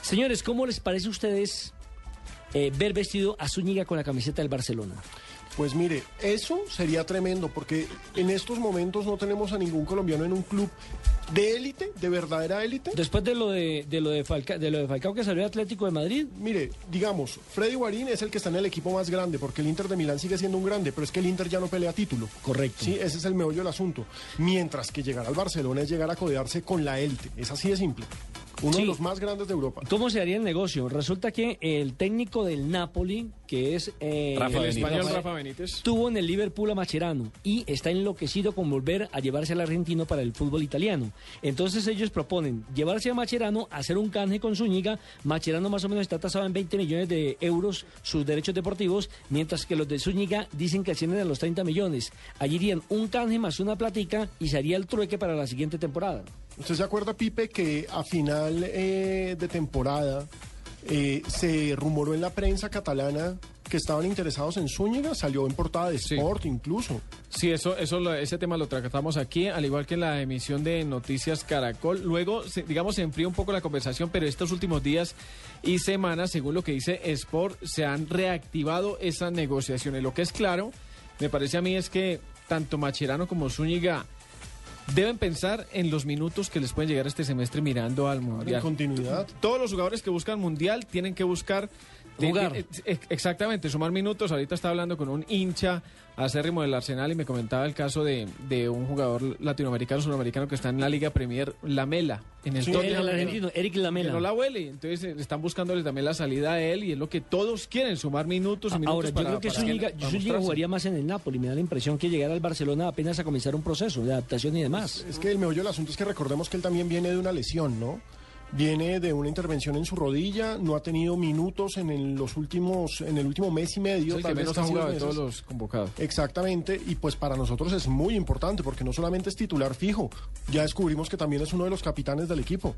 Señores, ¿cómo les parece a ustedes eh, ver vestido a Zúñiga con la camiseta del Barcelona? Pues mire, eso sería tremendo, porque en estos momentos no tenemos a ningún colombiano en un club de élite, de verdadera élite. Después de lo de, de lo de, Falca, de lo de Falcao que salió Atlético de Madrid, Mire, digamos, Freddy Guarín es el que está en el equipo más grande, porque el Inter de Milán sigue siendo un grande, pero es que el Inter ya no pelea título. Correcto. Sí, ese es el meollo del asunto. Mientras que llegar al Barcelona es llegar a codearse con la élite. Es así de simple. Uno Sí. de los más grandes de Europa. ¿cómo se haría el negocio? Resulta que el técnico del Napoli, que es eh, Rafa el Benítez. español Rafa Rafa Benítez, estuvo en el Liverpool a Macherano y está enloquecido con volver a llevarse al argentino para el fútbol italiano. Entonces ellos proponen llevarse a Macherano, hacer un canje con Zúñiga. Macherano más o menos está tasado en 20 millones de euros sus derechos deportivos, mientras que los de Zúñiga dicen que ascienden a los 30 millones. Allí irían un canje más una platica y se haría el trueque para la siguiente temporada. ¿Usted se acuerda, Pipe, que a final eh, de temporada eh, se rumoró en la prensa catalana que estaban interesados en Zúñiga? Salió en portada de Sí. Sport incluso. Sí, eso, eso, lo- ese tema lo tratamos aquí, al igual que en la emisión de Noticias Caracol. Luego, se- digamos, se enfría un poco la conversación, pero estos últimos días y semanas, según lo que dice Sport, se han reactivado esas negociaciones. Lo que es claro, me parece a mí, es que tanto Macherano como Zúñiga deben pensar en los minutos que les pueden llegar este semestre mirando al En Mundial. continuidad. Todos los jugadores que buscan mundial tienen que buscar de- Jugar. de- ex- exactamente, sumar minutos. Ahorita estaba hablando con un hincha acérrimo del Arsenal y me comentaba el caso de, de un jugador latinoamericano, sudamericano que está en la Liga Premier, Lamela, en el Sí, El, Tottenham. el argentino, Eric Que Lamela. no la huele, entonces eh, están buscándole también la salida a él y es lo que todos quieren, sumar minutos y minutos Ahora, para- yo creo que para- Zúñiga, para Zúñiga mostrarse. jugaría más en el Napoli. Me da la impresión que llegar al Barcelona apenas a comenzar un proceso de adaptación y demás. Es que el meollo del asunto es que recordemos que él también viene de una lesión, ¿no? Viene de una intervención en su rodilla, no ha tenido minutos en el- los últimos, en el último mes y Es medio. el que tal vez menos casi ha dos jugado de meses. todos los convocados. Exactamente, y pues para nosotros es muy importante porque no solamente es titular fijo, ya descubrimos que también es uno de los capitanes del equipo.